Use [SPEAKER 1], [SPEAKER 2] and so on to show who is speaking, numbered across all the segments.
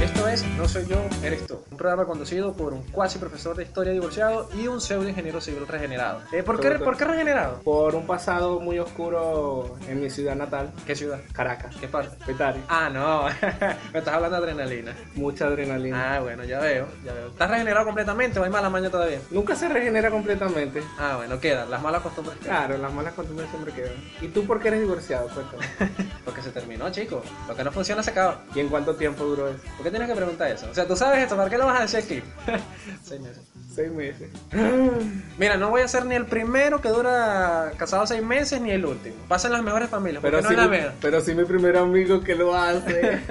[SPEAKER 1] Esto es No Soy Yo, Eres Tú, un programa conducido por un cuasi profesor de historia divorciado y un pseudo ingeniero civil regenerado. Eh, ¿por, qué,
[SPEAKER 2] Sobre todo.
[SPEAKER 1] ¿Por qué regenerado?
[SPEAKER 2] Por un pasado muy oscuro en mi ciudad natal,
[SPEAKER 1] ¿Qué ciudad?
[SPEAKER 2] Caracas,
[SPEAKER 1] ¿Qué parte?
[SPEAKER 2] Petare.
[SPEAKER 1] Ah, no, me estás hablando de adrenalina.
[SPEAKER 2] Mucha adrenalina.
[SPEAKER 1] Ah, bueno, ya veo, ya veo. ¿Estás regenerado completamente o hay mala maña todavía?
[SPEAKER 2] Nunca se regenera completamente.
[SPEAKER 1] Ah, bueno, quedan las malas costumbres que
[SPEAKER 2] Claro, las malas costumbres siempre quedan. ¿Y tú por qué eres divorciado? Cuéntame.
[SPEAKER 1] Lo que se terminó, chico. Lo que no funciona se acaba.
[SPEAKER 2] ¿Y en cuánto tiempo duró eso?
[SPEAKER 1] ¿Por qué tienes que preguntar eso? O sea, tú sabes esto, ¿para qué lo vas a decir aquí? Seis meses.
[SPEAKER 2] Seis meses.
[SPEAKER 1] Mira, no voy a ser ni el primero que dura casado seis meses ni el último. Pasan las mejores familias, pero
[SPEAKER 2] Pero
[SPEAKER 1] no
[SPEAKER 2] sí,
[SPEAKER 1] es la
[SPEAKER 2] mi-
[SPEAKER 1] mía.
[SPEAKER 2] pero sí mi primer amigo que lo hace.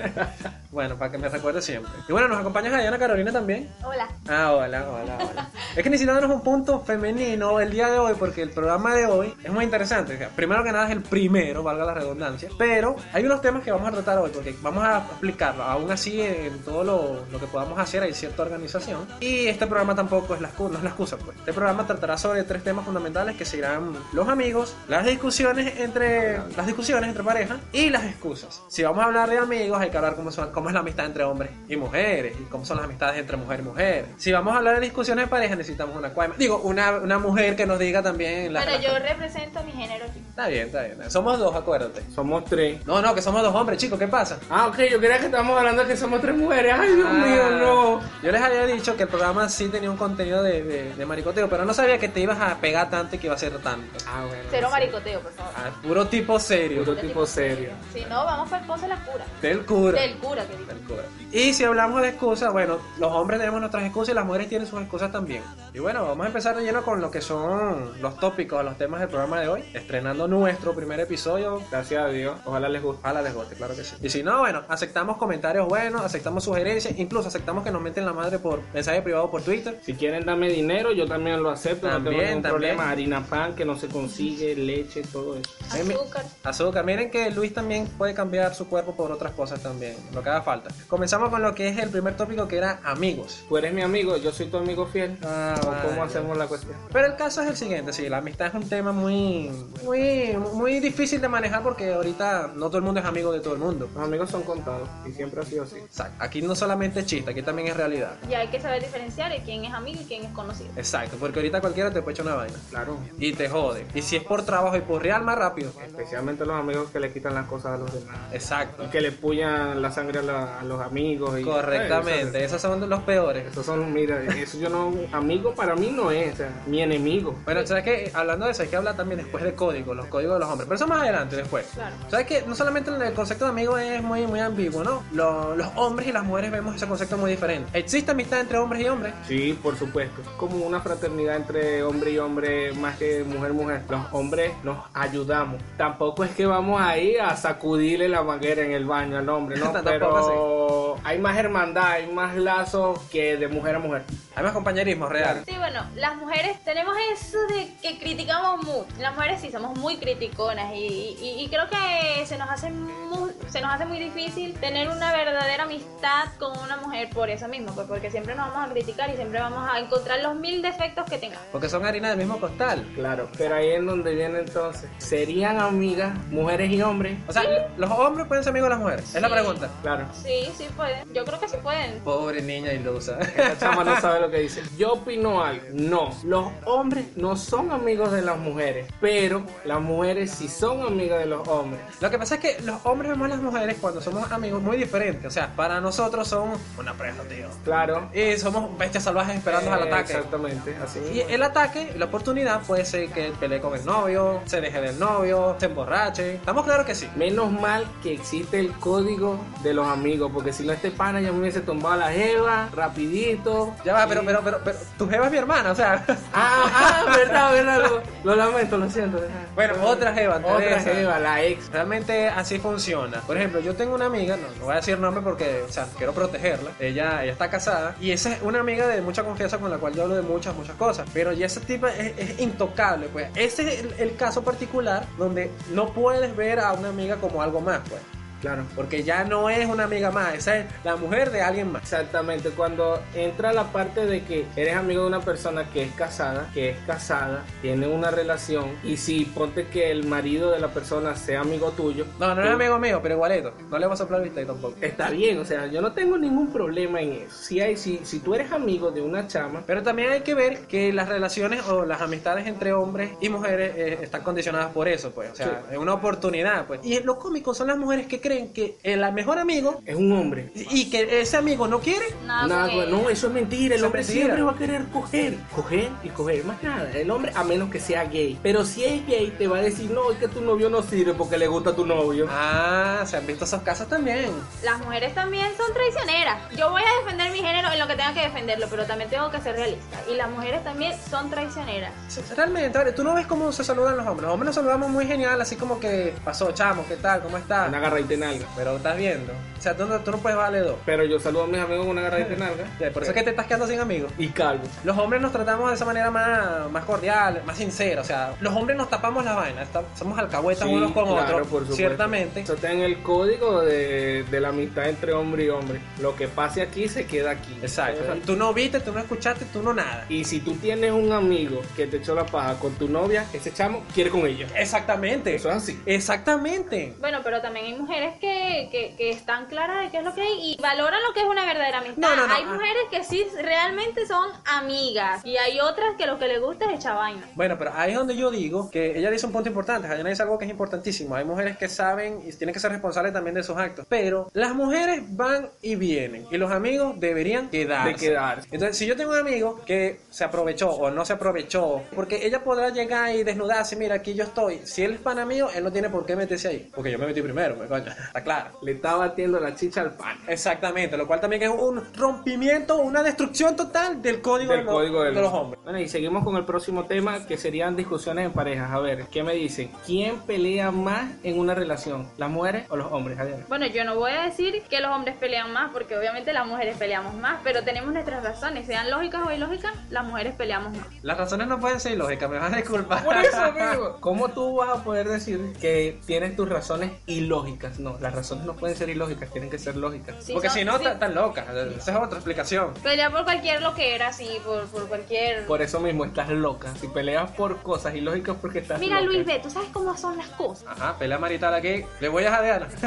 [SPEAKER 1] Bueno, para que me recuerde siempre. Y bueno, nos acompañas a Diana Carolina también.
[SPEAKER 3] Hola.
[SPEAKER 1] Ah, hola, hola, hola. es que necesitamos un punto femenino el día de hoy porque el programa de hoy es muy interesante. O sea, primero que nada es el primero, valga la redundancia. Pero hay unos temas que vamos a tratar hoy porque vamos a explicarlo. Aún así, en todo lo, lo que podamos hacer hay cierta organización. Y este programa tampoco es la, excu- no es la excusa, pues. Este programa tratará sobre tres temas fundamentales que serán los amigos, las discusiones entre las discusiones entre parejas y las excusas. Si vamos a hablar de amigos, hay que hablar cómo, son- cómo es la amistad entre hombres y mujeres y cómo son las amistades entre mujer y mujer. Si vamos a hablar de discusiones de pareja, necesitamos una cuaima. Digo, una, una mujer que nos diga también la
[SPEAKER 3] Bueno, yo represento a mi género aquí.
[SPEAKER 1] Está bien, está bien. Somos dos, acuérdate.
[SPEAKER 2] Somos tres.
[SPEAKER 1] No, no, que somos dos hombres, chicos, ¿qué pasa?
[SPEAKER 2] Ah, ok, yo creía que estábamos hablando de que somos tres mujeres. Ay,
[SPEAKER 1] Ah.
[SPEAKER 2] Dios mío, no.
[SPEAKER 1] Yo les había dicho que el programa sí tenía un contenido de, de- de maricoteo, pero no sabía que te ibas a pegar tanto y que iba a ser tanto.
[SPEAKER 2] Ah, bueno.
[SPEAKER 3] Cero
[SPEAKER 2] no sé.
[SPEAKER 3] maricoteo, por favor.
[SPEAKER 1] Ah, puro tipo serio.
[SPEAKER 2] Puro tipo serio.
[SPEAKER 3] Si no, vamos para el pozo de las curas.
[SPEAKER 1] Del cura.
[SPEAKER 3] Del cura, que digo.
[SPEAKER 1] Del cura. Y si hablamos de excusas, bueno, los hombres tenemos nuestras excusas y las mujeres tienen sus excusas también. Y bueno, vamos a empezar de lleno con lo que son los tópicos, los temas del programa de hoy. Estrenando nuestro primer episodio.
[SPEAKER 2] Gracias a Dios. Ojalá les guste.
[SPEAKER 1] Ojalá les guste, claro que sí. Y si no, bueno, aceptamos comentarios buenos, aceptamos sugerencias, incluso aceptamos que nos meten la madre por mensaje privado por Twitter.
[SPEAKER 2] Si quieren darme dinero, yo también lo acepto, no tengo
[SPEAKER 1] También,
[SPEAKER 2] ningún
[SPEAKER 1] también.
[SPEAKER 2] problema. Harina pan que no se consigue, leche, todo eso.
[SPEAKER 1] Ay, mi-
[SPEAKER 3] Azúcar.
[SPEAKER 1] Azúcar, miren que Luis también puede cambiar su cuerpo por otras cosas también, lo que haga falta. Comenzamos con lo que es el primer tópico que era amigos.
[SPEAKER 2] Tú eres mi amigo, yo soy tu amigo fiel.
[SPEAKER 1] Ah,
[SPEAKER 2] ¿O
[SPEAKER 1] vaya.
[SPEAKER 2] ¿Cómo hacemos la cuestión?
[SPEAKER 1] Pero el caso es el siguiente, sí, la amistad es un tema muy, muy, muy difícil de manejar porque ahorita no todo el mundo es amigo de todo el mundo.
[SPEAKER 2] Los amigos son contados y siempre ha sido así.
[SPEAKER 1] Exacto. Aquí no solamente es chiste, aquí también es realidad.
[SPEAKER 3] Y hay que saber diferenciar de quién es amigo y quién es conocido.
[SPEAKER 1] Exacto, porque ahorita cualquiera te puede echar una vaina.
[SPEAKER 2] Claro,
[SPEAKER 1] Y te jode. Y si es por trabajo y por real, más rápido.
[SPEAKER 2] especialmente los amigos que le quitan las cosas a los demás.
[SPEAKER 1] Exacto.
[SPEAKER 2] Y que le puyan la sangre a, la- a los amigos. Y,
[SPEAKER 1] Correctamente,
[SPEAKER 2] Eh,
[SPEAKER 1] esos son los peores.
[SPEAKER 2] Esos son, mira, eso yo no, amigo para mí no es, o sea, mi enemigo.
[SPEAKER 1] Bueno, ¿sabes qué? Hablando de eso, hay que hablar también después de códigos, los códigos de los hombres. Pero eso más adelante, después.
[SPEAKER 3] Claro.
[SPEAKER 1] ¿Sabes qué? No solamente el concepto de amigo es muy, muy ambiguo, ¿no? Lo- los hombres y las mujeres vemos ese concepto muy diferente. ¿Existe amistad entre hombres y hombres?
[SPEAKER 2] Sí, por supuesto. Como una fraternidad entre hombre y hombre, más que mujer-mujer. Los hombres nos ayudamos. Tampoco es que vamos ahí a sacudirle la manguera en el baño al hombre, ¿no?
[SPEAKER 1] Tampoco,
[SPEAKER 2] Pero hay más hermandad, hay más lazos que de mujer a mujer.
[SPEAKER 1] Hay más compañerismo real.
[SPEAKER 3] Sí, bueno, las mujeres tenemos eso de que criticamos mucho. Las mujeres sí somos muy criticonas y, y- y creo que se nos hace muy, se nos hace muy difícil tener una verdadera amistad con una mujer por eso mismo, pues, porque siempre nos vamos a criticar y siempre vamos a encontrar los mil defectos que tengamos.
[SPEAKER 1] Porque son harina del mismo costal.
[SPEAKER 2] Claro, pero ahí es donde viene entonces. ¿Serían amigas mujeres y hombres?
[SPEAKER 1] O sea, ¿los hombres pueden ser amigos de las mujeres? Es la
[SPEAKER 3] Sí.
[SPEAKER 1] pregunta.
[SPEAKER 2] Claro.
[SPEAKER 3] Sí, sí pueden. Yo creo que sí pueden.
[SPEAKER 1] Pobre niña ilusa.
[SPEAKER 2] La chama no sabe lo que dice. Yo opino algo. No, los hombres no son amigos de las mujeres, pero las mujeres sí son amigas de los hombres.
[SPEAKER 1] Lo que pasa es que los hombres vemos a las mujeres cuando somos amigos muy diferentes. O sea, para nosotros son una presa, tío.
[SPEAKER 2] Claro.
[SPEAKER 1] Y somos bestias salvajes esperando al
[SPEAKER 2] Eh,
[SPEAKER 1] ataque.
[SPEAKER 2] Exactamente, así.
[SPEAKER 1] Y el ataque, la oportunidad puede ser que pelee con el novio, se deje del novio, se emborrache. Estamos claros que sí.
[SPEAKER 2] Menos mal que existe el código de los amigos, porque si no este pana ya me hubiese tumbado la jeva rapidito.
[SPEAKER 1] Ya va, pero, pero, pero, pero, tu jeva es mi hermana, o sea.
[SPEAKER 2] Ah, ah, verdad, verdad, lo, lo lamento, lo siento. verdad.
[SPEAKER 1] Bueno, otra jeva,
[SPEAKER 2] Otra
[SPEAKER 1] Teresa.
[SPEAKER 2] jeva, la ex.
[SPEAKER 1] Realmente así funciona. Por ejemplo, yo tengo una amiga, no, no voy a decir nombre porque, o sea, quiero protegerla. Ella, ella está casada y esa es una amiga de mucha confianza con la cual yo hablo de muchas, muchas cosas. Pero ya esa tipa es, es intocable, pues. Ese es el, el caso particular donde no puedes ver a una amiga como algo más, pues.
[SPEAKER 2] Claro.
[SPEAKER 1] Porque ya no es una amiga más, esa es la mujer de alguien más.
[SPEAKER 2] Exactamente, cuando entra la parte de que eres amigo de una persona que es casada, que es casada, tiene una relación, y si ponte que el marido de la persona sea amigo tuyo,
[SPEAKER 1] No, no es
[SPEAKER 2] tú-
[SPEAKER 1] amigo mío, pero igualito. No le voy a soplar vista y tampoco.
[SPEAKER 2] Está bien, o sea, yo no tengo ningún problema en eso. Si, hay, si, si tú eres amigo de una chama,
[SPEAKER 1] Pero también hay que ver que las relaciones o las amistades entre hombres y mujeres eh, están condicionadas por eso, pues. O sea,
[SPEAKER 2] Sí.
[SPEAKER 1] es una oportunidad, pues. Y lo cómico son las mujeres que creen que el mejor amigo
[SPEAKER 2] es un hombre.
[SPEAKER 1] y y que ese amigo no quiere.
[SPEAKER 3] Nada,
[SPEAKER 2] Nada,
[SPEAKER 3] porque-
[SPEAKER 2] bueno, no, eso es mentira. El
[SPEAKER 1] Eso es
[SPEAKER 2] hombre
[SPEAKER 1] mentira.
[SPEAKER 2] siempre va a querer coger, coger y coger, más nada. El hombre, a menos que sea gay. Pero si es gay, te va a decir, no, es que tu novio no sirve porque le gusta tu novio.
[SPEAKER 1] Ah, se han visto esos casos también.
[SPEAKER 3] Las mujeres también son traicioneras. Yo voy a defender mi género en lo que tenga que defenderlo, pero también tengo que ser realista. Y las mujeres también son traicioneras.
[SPEAKER 1] Sí, Realmente, vale, tú no ves cómo se saludan los hombres. Los hombres nos saludamos muy genial, así como que pasó, chamo, ¿qué tal? ¿Cómo estás?
[SPEAKER 2] Una agarradita de nalga.
[SPEAKER 1] Pero estás viendo. O sea, tú no, tú no puedes darle dos.
[SPEAKER 2] Pero yo saludo a mis amigos con una agarradita de nalga.
[SPEAKER 1] Ya, Por eso es que te estás quedando sin amigos.
[SPEAKER 2] Y calvo.
[SPEAKER 1] Los hombres nos tratamos de esa manera más, más cordial, más sincera. O sea, los hombres nos tapamos las vainas. está- somos alcahuetas
[SPEAKER 2] Sí,
[SPEAKER 1] unos con
[SPEAKER 2] claro,
[SPEAKER 1] otros.
[SPEAKER 2] por supuesto.
[SPEAKER 1] ciertamente.
[SPEAKER 2] Eso está en el código de, de la amistad entre hombre y hombre. Lo que pase aquí se queda aquí.
[SPEAKER 1] Exacto. Tú no viste, tú no escuchaste, tú no nada.
[SPEAKER 2] Y si tú tienes un amigo que te echó la paja con tu novia, ese chamo quiere con ella.
[SPEAKER 1] Exactamente.
[SPEAKER 2] Eso es así.
[SPEAKER 1] Exactamente.
[SPEAKER 3] Bueno, pero también hay mujeres que, que, que están claras de qué es lo que hay y valoran lo que es una verdadera amistad.
[SPEAKER 1] No, no, no.
[SPEAKER 3] Hay mujeres que sí realmente son amigas y hay otras que lo que les gusta es echar vaina.
[SPEAKER 1] Bueno, pero ahí es donde yo digo que ella dice un punto importante, Hayana dice algo que es importantísimo. Hay mujeres que saben y tienen que ser responsables también de sus actos. Pero las mujeres van y vienen y los amigos deberían quedarse.
[SPEAKER 2] De quedarse.
[SPEAKER 1] Entonces, si yo tengo un amigo que se aprovechó o no se aprovechó, porque ella podrá llegar y desnudarse, mira, aquí yo estoy. Si él es pana mío, él no tiene por qué meterse ahí. Porque yo me metí primero, pues, coño. Está claro.
[SPEAKER 2] Le está batiendo la chicha al pan.
[SPEAKER 1] Exactamente, lo cual también es un rompimiento, una destrucción total del código,
[SPEAKER 2] Del
[SPEAKER 1] de, los-
[SPEAKER 2] código del-
[SPEAKER 1] de los hombres.
[SPEAKER 2] Bueno, y seguimos con el próximo tema que serían discusiones en parejas. A ver, ¿qué me dicen? ¿Quién pelea más en una relación? ¿Las mujeres o los hombres? Adriana?
[SPEAKER 3] Bueno, yo no voy a decir que los hombres pelean más, porque obviamente las mujeres peleamos más, pero tenemos nuestras razones, sean lógicas o ilógicas, las mujeres peleamos más.
[SPEAKER 1] Las razones no pueden ser lógicas, me van a disculpar.
[SPEAKER 2] Por eso, amigo. ¿Cómo tú vas a poder decir que tienes tus razones ilógicas? No, las razones no pueden ser ilógicas, tienen que ser lógicas.
[SPEAKER 3] Sí,
[SPEAKER 1] Porque
[SPEAKER 3] son-
[SPEAKER 1] si no,
[SPEAKER 3] sí,
[SPEAKER 1] ta- están locas. Esa es otra explicación.
[SPEAKER 3] Pelea por cualquier lo que era, sí, por, por cualquier...
[SPEAKER 2] Por eso mismo estás loca. Si peleas por cosas ilógicas porque estás
[SPEAKER 3] Mira,
[SPEAKER 2] loca.
[SPEAKER 3] Luis, ve, tú sabes cómo son las cosas.
[SPEAKER 1] Ajá, pelea marital aquí. Le voy a jadear.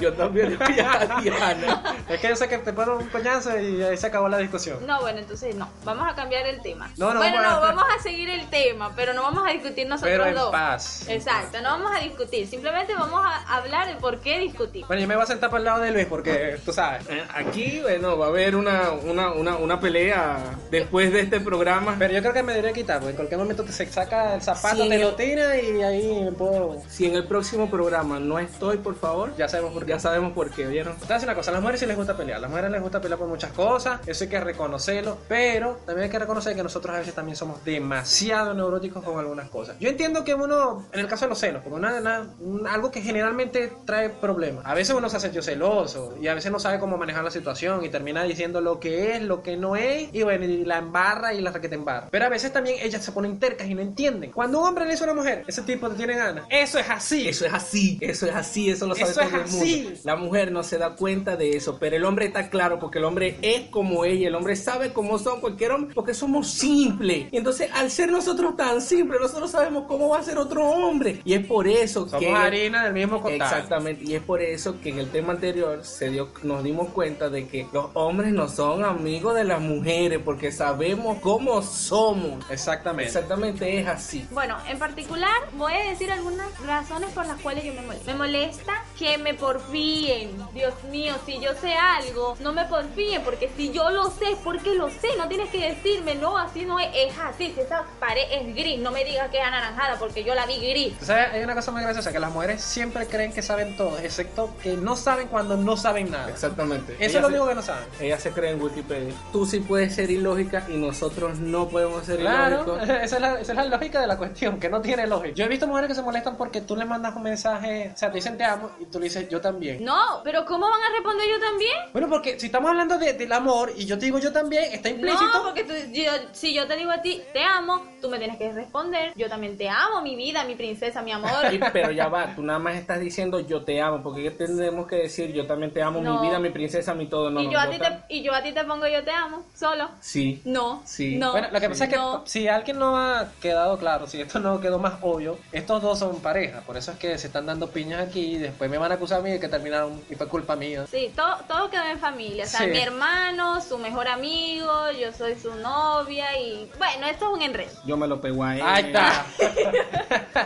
[SPEAKER 2] Yo también le voy a Diana.
[SPEAKER 1] es que yo sé que te ponen un coñazo y ahí se acabó la discusión.
[SPEAKER 3] No, bueno, entonces no, vamos a cambiar el tema.
[SPEAKER 1] No, no,
[SPEAKER 3] bueno,
[SPEAKER 1] vamos a-
[SPEAKER 3] no, vamos a seguir el tema, pero no vamos a discutir nosotros
[SPEAKER 1] Pero en
[SPEAKER 3] dos.
[SPEAKER 1] paz.
[SPEAKER 3] Exacto, no vamos a discutir, simplemente vamos a hablar de por qué discutir.
[SPEAKER 1] Bueno, yo me voy a sentar para el lado de Luis porque tú sabes.
[SPEAKER 2] Eh, Aquí, bueno, va a haber una, una, una, una pelea después de este programa.
[SPEAKER 1] Pero yo creo que me debería quitar, porque en cualquier momento te se saca el zapato,
[SPEAKER 2] Sí.
[SPEAKER 1] te lo tira y ahí me puedo.
[SPEAKER 2] Si en el próximo programa no estoy, por favor, ya,
[SPEAKER 1] Ya sabemos por qué.
[SPEAKER 2] ya sabemos por qué, ¿vieron?
[SPEAKER 1] Te voy a decir una cosa, a las mujeres sí les gusta pelear, a las mujeres les gusta pelear por muchas cosas, eso hay que reconocerlo, pero también hay que reconocer que nosotros a veces también somos demasiado neuróticos con algunas cosas. Yo entiendo que uno, en el caso de los celos, como una, una- un- algo que generalmente trae problemas, a veces uno se hace yo celoso y a veces no sabe cómo manejar la situación y termina diciendo lo que es, lo que no es, y bueno, y la embarra y la raqueta embarra. Pero a veces también ellas se ponen tercas y no entienden. Cuando un hombre le dice a una mujer, ese tipo te tiene ganas, eso es así.
[SPEAKER 2] Eso es así, eso es así, eso lo sabe
[SPEAKER 1] Eso
[SPEAKER 2] todo
[SPEAKER 1] es
[SPEAKER 2] el
[SPEAKER 1] así.
[SPEAKER 2] mundo. La mujer no se da cuenta de eso, pero el hombre está claro porque el hombre es como ella, el hombre sabe cómo son cualquier hombre porque somos simples. Y entonces, al ser nosotros tan simples, nosotros sabemos cómo va a ser otro hombre. Y es por eso
[SPEAKER 1] Somos
[SPEAKER 2] que
[SPEAKER 1] harina del mismo costal.
[SPEAKER 2] Exactamente, y es por eso que en el tema anterior se dio, nos dimos cuenta de que los hombres no son amigos de las mujeres porque sabemos cómo somos.
[SPEAKER 1] Exactamente.
[SPEAKER 2] Exactamente es así.
[SPEAKER 3] Bueno, en particular voy a decir algunas razones por las cuales yo me molesto. Me molesta que me porfíen. Dios mío, si yo sé algo, no me porfíen, porque si yo lo sé, es porque lo sé. No tienes que decirme, no, así no es, es así. Si esa pared es gris, no me digas que es anaranjada, porque yo la vi gris.
[SPEAKER 1] Tú sabes, hay una cosa muy graciosa, que las mujeres siempre creen que saben todo, excepto que no saben cuando no saben nada.
[SPEAKER 2] Exactamente.
[SPEAKER 1] Eso es lo único que no saben.
[SPEAKER 2] Ella se cree en Wikipedia. Tú sí puedes ser ilógica y nosotros no podemos ser
[SPEAKER 1] Claro,
[SPEAKER 2] ilógicos.
[SPEAKER 1] esa es, la, esa es la lógica de la cuestión, que no tiene lógica. Yo he visto mujeres que se molestan porque tú les mandas un mensaje, o sea, te dicen te amo, y tú le dices yo también.
[SPEAKER 3] No, pero ¿cómo van a responder yo también?
[SPEAKER 1] Bueno, porque si estamos hablando de- del amor y yo te digo yo también, está implícito.
[SPEAKER 3] No, porque tú- yo- si yo te digo a ti, te amo, tú me tienes que responder, yo también te amo, mi vida, mi princesa, mi amor.
[SPEAKER 2] Sí, pero ya va, tú nada más estás diciendo yo te amo, porque ¿qué tenemos que decir yo también te amo,
[SPEAKER 3] No.
[SPEAKER 2] mi vida, mi princesa, mi todo, no.
[SPEAKER 3] y,
[SPEAKER 2] no,
[SPEAKER 3] yo a ti
[SPEAKER 2] tam-
[SPEAKER 3] te, y yo a ti te pongo yo te amo, solo.
[SPEAKER 2] Sí.
[SPEAKER 3] No,
[SPEAKER 2] Sí.
[SPEAKER 3] no.
[SPEAKER 1] bueno, lo que pasa es que
[SPEAKER 3] no.
[SPEAKER 1] si alguien no ha quedado claro, si esto no quedó más obvio, estos dos son pareja. Por eso es que se están dando piñas aquí y después me van a acusar a mí de que terminaron y fue culpa mía.
[SPEAKER 3] Sí, todo, todo quedó en familia. O sea,
[SPEAKER 1] Sí.
[SPEAKER 3] mi hermano, su mejor amigo, yo soy su novia y bueno, esto es un enredo.
[SPEAKER 2] Yo me lo pego a él.
[SPEAKER 1] Ahí está.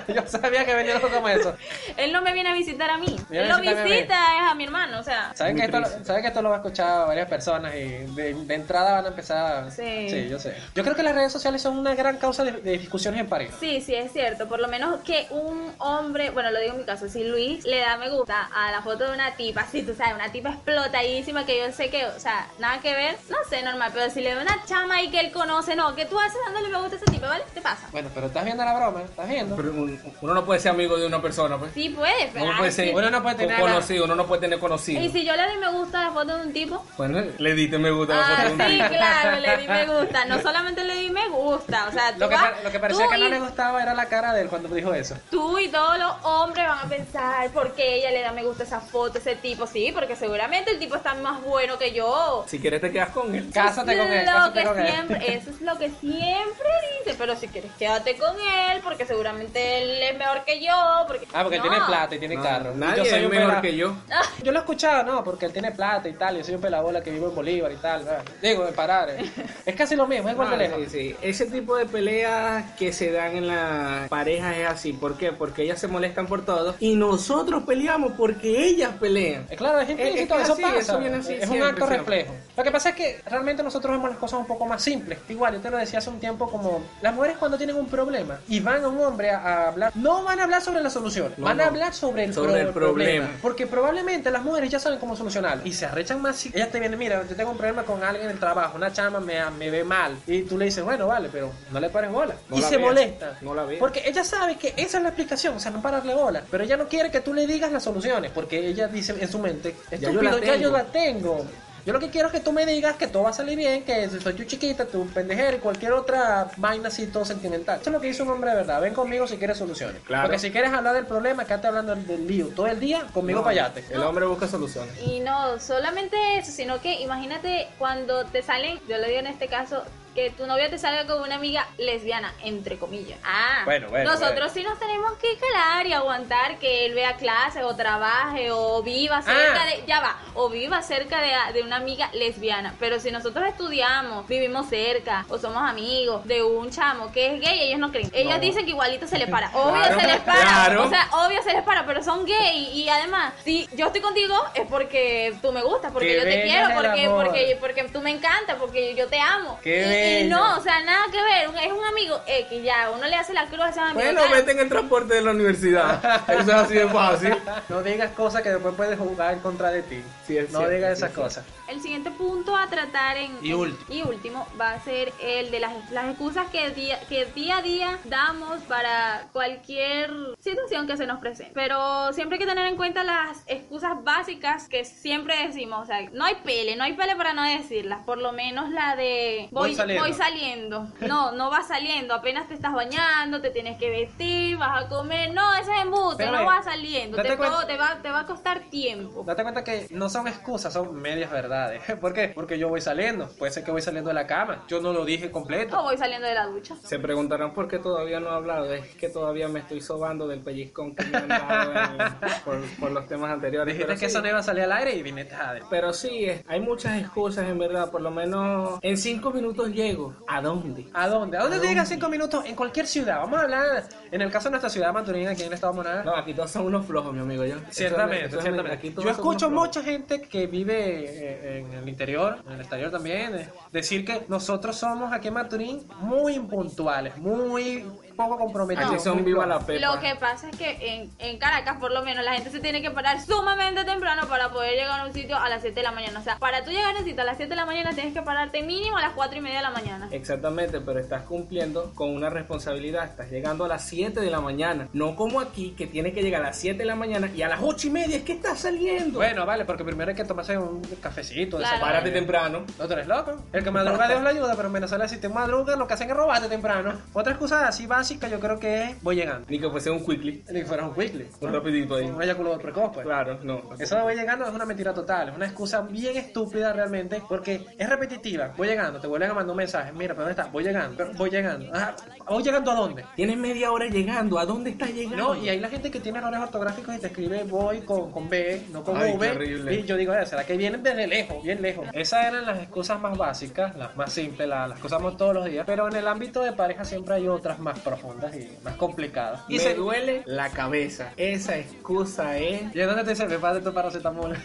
[SPEAKER 1] yo sabía que venía algo como eso.
[SPEAKER 3] Él no me viene a visitar a mí.
[SPEAKER 1] Viene a
[SPEAKER 3] Él lo
[SPEAKER 1] visitarme a mí.
[SPEAKER 3] visita es a mi hermano, o sea.
[SPEAKER 1] Saben
[SPEAKER 2] Muy
[SPEAKER 1] que, esto, lo-
[SPEAKER 2] triste.
[SPEAKER 1] saben que esto lo va a escuchar varias personas y de, de entrada van a empezar a...
[SPEAKER 3] Sí.
[SPEAKER 1] yo sé. Yo creo que las redes sociales son una gran causa de, de discusiones en pareja.
[SPEAKER 3] Sí, sí, es cierto. Por lo menos que un hombre, bueno, lo digo en mi caso, si Luis le da me gusta a la foto de una tipa, si tú sabes, una tipa explotadísima que yo sé que, o sea, nada que ver, no sé, normal, pero si le da una chama y que él conoce, no, que tú haces dándole me gusta a esa tipa, ¿vale? ¿Te pasa?
[SPEAKER 1] Bueno, pero estás viendo la broma, estás viendo.
[SPEAKER 2] Pero un- uno no puede ser amigo de una persona, pues.
[SPEAKER 3] Sí, puede, pero.
[SPEAKER 2] Uno
[SPEAKER 3] ay,
[SPEAKER 2] puede
[SPEAKER 3] Ah, sí.
[SPEAKER 2] ser
[SPEAKER 1] Uno no puede tener-
[SPEAKER 2] conocido, uno no puede tener conocido.
[SPEAKER 3] Y si yo le doy me gusta a la foto de un tipo,
[SPEAKER 2] Bueno, le diste me gusta a la
[SPEAKER 3] Ah,
[SPEAKER 2] foto de un
[SPEAKER 3] sí,
[SPEAKER 2] tipo.
[SPEAKER 3] claro, le di me gusta. No solamente le di me gusta, o sea, tú,
[SPEAKER 1] Lo que,
[SPEAKER 3] vas-
[SPEAKER 1] pa- lo que parecía
[SPEAKER 3] tú
[SPEAKER 1] que no
[SPEAKER 3] y-
[SPEAKER 1] le gustaba era la cara de él cuando dijo eso.
[SPEAKER 3] tú y todos los hombres van a pensar por qué ella le da me gusta a esa foto, a ese tipo, sí, porque seguramente el tipo está más bueno que yo.
[SPEAKER 2] Si quieres te quedas con él.
[SPEAKER 1] Cásate con él,
[SPEAKER 3] Lo
[SPEAKER 1] cásate
[SPEAKER 3] que
[SPEAKER 1] con él.
[SPEAKER 3] siempre, eso es lo que siempre dice, pero si quieres quédate con él, porque seguramente él es mejor que yo, porque
[SPEAKER 1] Ah, porque
[SPEAKER 3] No.
[SPEAKER 1] tiene plata y tiene
[SPEAKER 2] No,
[SPEAKER 1] carro. Y yo
[SPEAKER 2] Nadie
[SPEAKER 1] soy
[SPEAKER 2] es
[SPEAKER 1] un
[SPEAKER 2] mejor
[SPEAKER 1] pela-
[SPEAKER 2] que yo.
[SPEAKER 1] Yo lo he escuchado, no, porque él tiene plata y tal, yo soy un pelabola que vivo en Bolívar y tal. ¿verdad? Digo, en parar. eh. Es casi lo mismo, es igual de
[SPEAKER 2] Ah,
[SPEAKER 1] lejos.
[SPEAKER 2] sí, sí. Ese tipo de peleas que se dan en las parejas es así. ¿Por qué? Porque ellas se molestan por todo y nosotros peleamos porque ellas pelean.
[SPEAKER 1] Eh, Claro, es implícito,
[SPEAKER 2] es
[SPEAKER 1] eso
[SPEAKER 2] así,
[SPEAKER 1] pasa.
[SPEAKER 2] eso viene así
[SPEAKER 1] es un
[SPEAKER 2] siempre,
[SPEAKER 1] acto
[SPEAKER 2] siempre.
[SPEAKER 1] reflejo. Lo que pasa es que realmente nosotros vemos las cosas un poco más simples. Igual, yo te lo decía hace un tiempo, como las mujeres cuando tienen un problema y van a un hombre a, a hablar, no van a hablar sobre la solución,
[SPEAKER 2] No,
[SPEAKER 1] van a
[SPEAKER 2] no.
[SPEAKER 1] hablar sobre el,
[SPEAKER 2] Sobre el problema.
[SPEAKER 1] Porque probablemente las mujeres ya saben cómo solucionarlo y se arrechan más si ellas te vienen, mira, yo tengo un problema con alguien en el trabajo, una chama me, me ve mal y tú le dices, bueno, vale, pero no le pares bola.
[SPEAKER 2] No
[SPEAKER 1] y
[SPEAKER 2] la
[SPEAKER 1] se
[SPEAKER 2] veas,
[SPEAKER 1] molesta.
[SPEAKER 2] no la veas.
[SPEAKER 1] Porque ella sabe que esa es la explicación, o sea, no pararle bola. Pero ella no quiere que tú le digas las soluciones, porque ella dice en su mente,
[SPEAKER 2] Ya yo la
[SPEAKER 1] Estúpido, ya yo
[SPEAKER 2] tengo.
[SPEAKER 1] la tengo. Yo lo que quiero es que tú me digas que todo va a salir bien, que soy tu chiquita, tu pendejero y cualquier otra vaina así todo sentimental. Eso es lo que hizo un hombre de verdad. Ven conmigo si quieres soluciones.
[SPEAKER 2] Claro.
[SPEAKER 1] Porque si quieres hablar del problema, quédate hablando del, del lío todo el día, conmigo
[SPEAKER 2] No,
[SPEAKER 1] payate.
[SPEAKER 2] El hombre busca soluciones.
[SPEAKER 3] Y no solamente eso, sino que imagínate cuando te salen, yo lo digo en este caso, que tu novia te salga con una amiga lesbiana, entre comillas. Ah,
[SPEAKER 1] Bueno, bueno,
[SPEAKER 3] nosotros sí nos tenemos que calar y aguantar que él vea clases o trabaje o viva cerca
[SPEAKER 1] Ah.
[SPEAKER 3] de, ya va, o viva cerca de, de una amiga lesbiana. Pero si nosotros estudiamos, vivimos cerca o somos amigos de un chamo que es gay, ellos no creen. Ellos
[SPEAKER 2] No.
[SPEAKER 3] dicen que igualito se les para. Obvio
[SPEAKER 2] Claro,
[SPEAKER 3] se les para.
[SPEAKER 2] claro.
[SPEAKER 3] O sea, obvio se les para, pero son gay. Y además, si yo estoy contigo es porque tú me gustas, porque
[SPEAKER 1] Qué
[SPEAKER 3] yo te
[SPEAKER 1] bello
[SPEAKER 3] quiero,
[SPEAKER 1] es el
[SPEAKER 3] porque,
[SPEAKER 1] amor.
[SPEAKER 3] porque, porque tú me encantas, porque yo te amo.
[SPEAKER 1] Qué
[SPEAKER 3] y, y
[SPEAKER 1] bello.
[SPEAKER 3] no, o sea, nada que ver. un- Es un amigo X, ya. Uno le hace la cruz a esos amigos.
[SPEAKER 2] Bueno,
[SPEAKER 3] claro.
[SPEAKER 2] vete en el transporte de la universidad. Eso es así de fácil.
[SPEAKER 1] No digas cosas que después puedes jugar en contra de ti.
[SPEAKER 2] Sí, es
[SPEAKER 1] no
[SPEAKER 2] cierto,
[SPEAKER 1] digas
[SPEAKER 2] sí,
[SPEAKER 1] esas
[SPEAKER 2] es
[SPEAKER 1] cosas.
[SPEAKER 3] El siguiente punto a tratar en
[SPEAKER 1] Y último.
[SPEAKER 3] y último va a ser el de las, las excusas que día, que día a día damos para cualquier situación que se nos presente. Pero siempre hay que tener en cuenta las excusas básicas que siempre decimos. O sea, no hay pele, no hay pele para no decirlas. Por lo menos la de voy,
[SPEAKER 1] Voy saliendo.
[SPEAKER 3] voy saliendo. No, no vas saliendo. Apenas te estás bañando, te tienes que vestir, vas a comer. No, ese es embuste,
[SPEAKER 1] Pero,
[SPEAKER 3] no
[SPEAKER 1] eh,
[SPEAKER 3] vas saliendo.
[SPEAKER 1] date
[SPEAKER 3] Te,
[SPEAKER 1] cuenta-
[SPEAKER 3] todo te, va, te va a costar tiempo.
[SPEAKER 1] Date cuenta que no son excusas, son medias verdades. ¿Por qué? Porque yo voy saliendo. Puede ser que voy saliendo de la cama. Yo no lo dije completo.
[SPEAKER 3] O voy saliendo de la ducha.
[SPEAKER 2] Se preguntarán por qué todavía no he hablado. Es que todavía me estoy sobando del pellizcón que me han dado en- por, por los temas anteriores.
[SPEAKER 1] Dijiste
[SPEAKER 2] pero
[SPEAKER 1] que
[SPEAKER 2] sí.
[SPEAKER 1] eso no iba a salir al aire y viniste a joder.
[SPEAKER 2] Pero sí, es- hay muchas excusas en verdad. Por lo menos en cinco minutos llego. ¿A dónde?
[SPEAKER 1] ¿A dónde? ¿A dónde te llegas cinco minutos? En cualquier ciudad. Vamos a hablar, en el caso de nuestra ciudad Maturina, aquí en el estado Monagas.
[SPEAKER 2] No, aquí todos son unos flojos, mi amigo. Yo,
[SPEAKER 1] Ciertamente,
[SPEAKER 2] Eso es- eso es-
[SPEAKER 1] ciertamente.
[SPEAKER 2] aquí todos
[SPEAKER 1] Yo
[SPEAKER 2] somos
[SPEAKER 1] escucho
[SPEAKER 2] flojos.
[SPEAKER 1] mucha gente que vive eh, en el interior, en el exterior también, eh, decir que nosotros somos aquí en Maturín muy impuntuales, muy poco comprometidos.
[SPEAKER 2] Aquí son
[SPEAKER 1] muy
[SPEAKER 2] viva
[SPEAKER 1] flojos.
[SPEAKER 2] la pepa.
[SPEAKER 3] Lo que pasa es que en, en Caracas, por lo menos, la gente se tiene que parar sumamente temprano para poder llegar a un sitio a las 7 de la mañana. O sea, para tú llegar a un sitio a las 7 de la mañana, tienes que pararte mínimo a las 4 y media de la mañana.
[SPEAKER 2] Eh, Exactamente, pero estás cumpliendo con una responsabilidad. Estás llegando a las 7 de la mañana. No como aquí, que tienes que llegar a las 7 de la mañana y a las 8 y media es que estás saliendo.
[SPEAKER 1] Bueno, vale, porque primero hay que tomarse un cafecito.
[SPEAKER 3] Claro.
[SPEAKER 1] desayunar.
[SPEAKER 2] Párate temprano.
[SPEAKER 1] No, tú eres loco. El que madruga Dios le ayuda, pero en Venezuela si te madrugas lo que hacen es robarte temprano. Otra excusa así básica yo creo que es voy llegando.
[SPEAKER 2] Ni que fuese un quickly.
[SPEAKER 1] Ni que fueras un weekly.
[SPEAKER 2] Un rapidito ahí.
[SPEAKER 1] Un eyaculador precoz, pues.
[SPEAKER 2] Claro, no.
[SPEAKER 1] Eso de voy llegando es una mentira total, es una excusa bien estúpida realmente, porque es repetitiva. Voy llegando, te vuelven a mandar un mensaje. Mira, ¿pero dónde estás? Voy llegando, pero voy llegando. Ajá, ¿Voy llegando a dónde?
[SPEAKER 2] Tienes media hora llegando. ¿A dónde estás llegando?
[SPEAKER 1] No, y hay la gente que tiene errores ortográficos y te escribe voy con, con B, no con
[SPEAKER 2] Ay, qué
[SPEAKER 1] V.
[SPEAKER 2] horrible.
[SPEAKER 1] Y yo digo, "Eh, ¿será que vienen desde lejos? Bien lejos. Esas eran las excusas más básicas, las más simples, la- las que usamos todos los días. Pero en el ámbito de pareja siempre hay otras más profundas y más complicadas. Y,
[SPEAKER 2] Me
[SPEAKER 1] se-
[SPEAKER 2] duele la cabeza. Esa excusa es.
[SPEAKER 1] ¿Y en dónde te dice, me falta tu paracetamol? ok,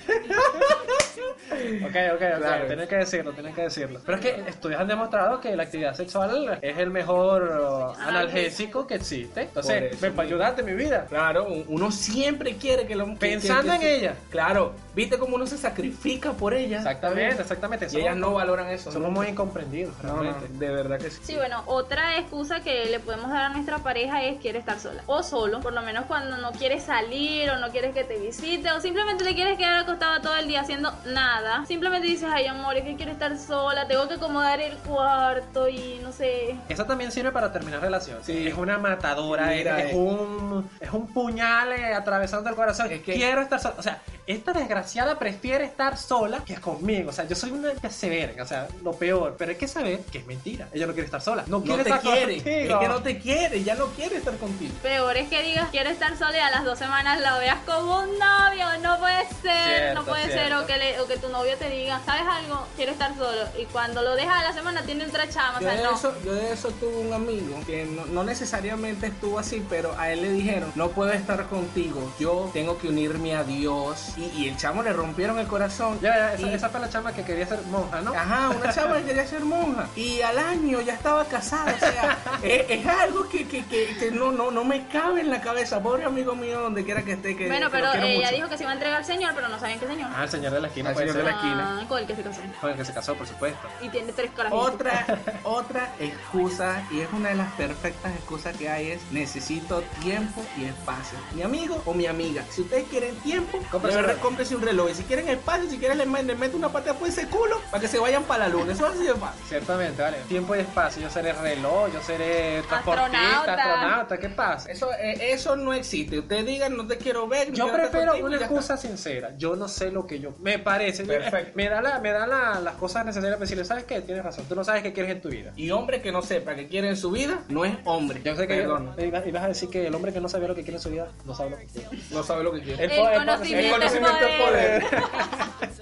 [SPEAKER 1] ok, ok.
[SPEAKER 2] Claro.
[SPEAKER 1] Tienes que decirlo, tienes que decirlo. Pero es que estudios han demostrado que la actividad sexual es el mejor uh, analgésico que existe.
[SPEAKER 2] Por
[SPEAKER 1] Entonces,
[SPEAKER 2] eso
[SPEAKER 1] ven para
[SPEAKER 2] mismo.
[SPEAKER 1] ayudarte, mi vida.
[SPEAKER 2] Claro, un- uno siempre quiere que lo que-
[SPEAKER 1] Pensando
[SPEAKER 2] que- que-
[SPEAKER 1] en ella.
[SPEAKER 2] Claro, viste cómo uno se sacrifica por ella.
[SPEAKER 1] Exactamente, exactamente.
[SPEAKER 2] Y ellas no valoran eso.
[SPEAKER 1] Somos
[SPEAKER 2] ¿no?
[SPEAKER 1] muy incomprendidos,
[SPEAKER 2] No, no,
[SPEAKER 1] realmente.
[SPEAKER 2] de verdad que sí.
[SPEAKER 3] Sí, bueno, otra excusa que le podemos dar a nuestra pareja es quiere estar sola o solo, por lo menos cuando no quieres salir o no quieres que te visite o simplemente te quieres quedar acostado todo el día haciendo nada. Simplemente dices, ay amor, es que quiero estar sola, tengo que acomodar el cuarto y no sé.
[SPEAKER 1] Eso también sirve para terminar relaciones.
[SPEAKER 2] Sí.
[SPEAKER 1] Es una matadora,
[SPEAKER 2] Mira,
[SPEAKER 1] es, es
[SPEAKER 2] eh.
[SPEAKER 1] un, es un puñal eh, atravesando el corazón.
[SPEAKER 2] Es que-
[SPEAKER 1] Quiero estar sola. O sea, esta desgraciada prefiere estar sola que conmigo. O sea, yo soy una que se verga, o sea, lo peor. Pero hay que saber que es mentira. Ella no quiere estar sola. No,
[SPEAKER 2] No
[SPEAKER 1] quiere
[SPEAKER 2] te
[SPEAKER 1] estar
[SPEAKER 2] quiere,
[SPEAKER 1] contigo.
[SPEAKER 2] es que no te quiere, ya no quiere estar contigo.
[SPEAKER 3] Peor es que digas, quiero estar sola y a las dos semanas la veas como un novio, no puede ser,
[SPEAKER 2] Cierto,
[SPEAKER 3] no puede ser,
[SPEAKER 2] cierto.
[SPEAKER 3] o que, le- o que tu novio te diga, ¿sabes algo? Quiero estar solo. Y cuando lo dejas a la semana tiene otra chama, o
[SPEAKER 2] Yo
[SPEAKER 3] sea,
[SPEAKER 2] de,
[SPEAKER 3] no.
[SPEAKER 2] eso, yo de eso tuve un amigo que no, no necesariamente estuvo así, pero a él le dijeron, no puedo estar contigo, yo tengo que unirme a Dios. Y, y el chamo le rompieron el corazón.
[SPEAKER 1] Ya, ya, esa,
[SPEAKER 2] Y-
[SPEAKER 1] esa fue la chama que quería ser monja, ¿no?
[SPEAKER 2] Ajá, una chava que quería ser monja. Y al año ya estaba casada. O sea, es, es algo que, que, que- que no, no, no me cabe en la cabeza. Pobre amigo mío, donde quiera que esté. Que,
[SPEAKER 3] Bueno,
[SPEAKER 2] que
[SPEAKER 3] pero eh,
[SPEAKER 2] lo quiero
[SPEAKER 3] ella
[SPEAKER 2] mucho.
[SPEAKER 3] dijo que se iba a entregar al señor, pero no sabían qué señor.
[SPEAKER 1] Ah, el señor de la esquina.
[SPEAKER 2] Al
[SPEAKER 1] puede
[SPEAKER 2] señor
[SPEAKER 1] ser.
[SPEAKER 2] de la esquina.
[SPEAKER 3] Ah, con el que se casó.
[SPEAKER 1] Con el que se casó, por supuesto.
[SPEAKER 3] Y tiene tres carajitos.
[SPEAKER 2] Otra, otra excusa, y es una de las perfectas excusas que hay, es necesito tiempo y espacio. Mi amigo o mi amiga, si ustedes quieren tiempo,
[SPEAKER 1] Cómprese
[SPEAKER 2] de
[SPEAKER 1] un
[SPEAKER 2] verdad,
[SPEAKER 1] reloj.
[SPEAKER 2] cómprese un reloj. Y si quieren espacio, si quieren, les met- les meto una pata por ese culo para que se vayan para la luna. Eso así de fácil.
[SPEAKER 1] Ah, Ciertamente, vale. Tiempo y espacio. Yo seré reloj, yo seré transportista,
[SPEAKER 3] Astronauta.
[SPEAKER 1] astronauta. ¿Qué pasa?
[SPEAKER 2] Eso, eh, eso no existe. Ustedes digan, no te quiero ver. no
[SPEAKER 1] Yo
[SPEAKER 2] quiero estar
[SPEAKER 1] prefiero
[SPEAKER 2] contigo",
[SPEAKER 1] una
[SPEAKER 2] y ya está.
[SPEAKER 1] excusa sincera. Yo no sé lo que yo. Me parece.
[SPEAKER 2] Perfecto.
[SPEAKER 1] Me da, la, me da la- las cosas necesarias para decirle, ¿sabes qué? Tienes razón. Tú no sabes qué quieres en tu vida.
[SPEAKER 2] Y hombre que no sepa qué quiere en su vida, no es hombre.
[SPEAKER 1] Yo sé que.
[SPEAKER 2] Perdón,
[SPEAKER 1] y vas- y vas a decir que el hombre que no sabía lo que quiere en su vida no sabe lo que quiere.
[SPEAKER 2] no sabe lo que quiere.
[SPEAKER 3] El conocimiento
[SPEAKER 1] el
[SPEAKER 3] es poder.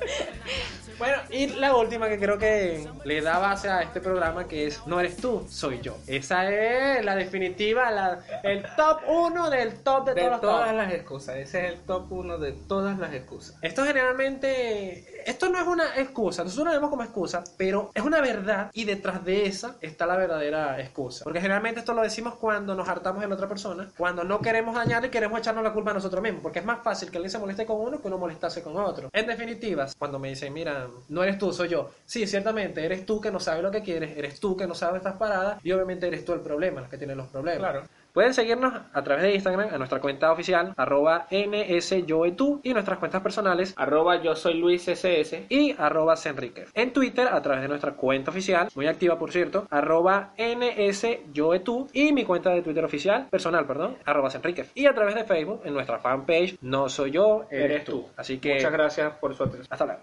[SPEAKER 1] bueno, y la última que creo que le da base a este programa que es No eres tú, soy yo. Esa es la definitiva, la, el top uno del top de, todos
[SPEAKER 2] De
[SPEAKER 1] los
[SPEAKER 2] todas
[SPEAKER 1] tops.
[SPEAKER 2] las excusas, ese es el top uno de todas las excusas.
[SPEAKER 1] Esto generalmente, esto no es una excusa, nosotros lo vemos como excusa, pero es una verdad y detrás de esa está la verdadera excusa. Porque generalmente esto lo decimos cuando nos hartamos de la otra persona, cuando no queremos dañar y queremos echarnos la culpa a nosotros mismos, porque es más fácil que alguien se moleste con uno que uno molestarse con otro. En definitiva, cuando me dicen, mira, no eres tú, soy yo. Sí, ciertamente, eres tú que no sabes lo que quieres, eres tú que no sabes estas paradas y obviamente eres tú el problema, los que tienen los problemas.
[SPEAKER 2] Claro.
[SPEAKER 1] Pueden seguirnos a través de Instagram a nuestra cuenta oficial arroba nsyouetú y nuestras cuentas personales
[SPEAKER 2] Arroba yo soy Luis SS.
[SPEAKER 1] y arroba senrique. En Twitter a través de nuestra cuenta oficial, muy activa por cierto, arroba nsyouetú y mi cuenta de Twitter oficial, personal, perdón, arroba senrique. Y a través de Facebook en nuestra fanpage, no soy yo, eres tú. Así que
[SPEAKER 2] Muchas gracias por su atención.
[SPEAKER 1] hasta luego.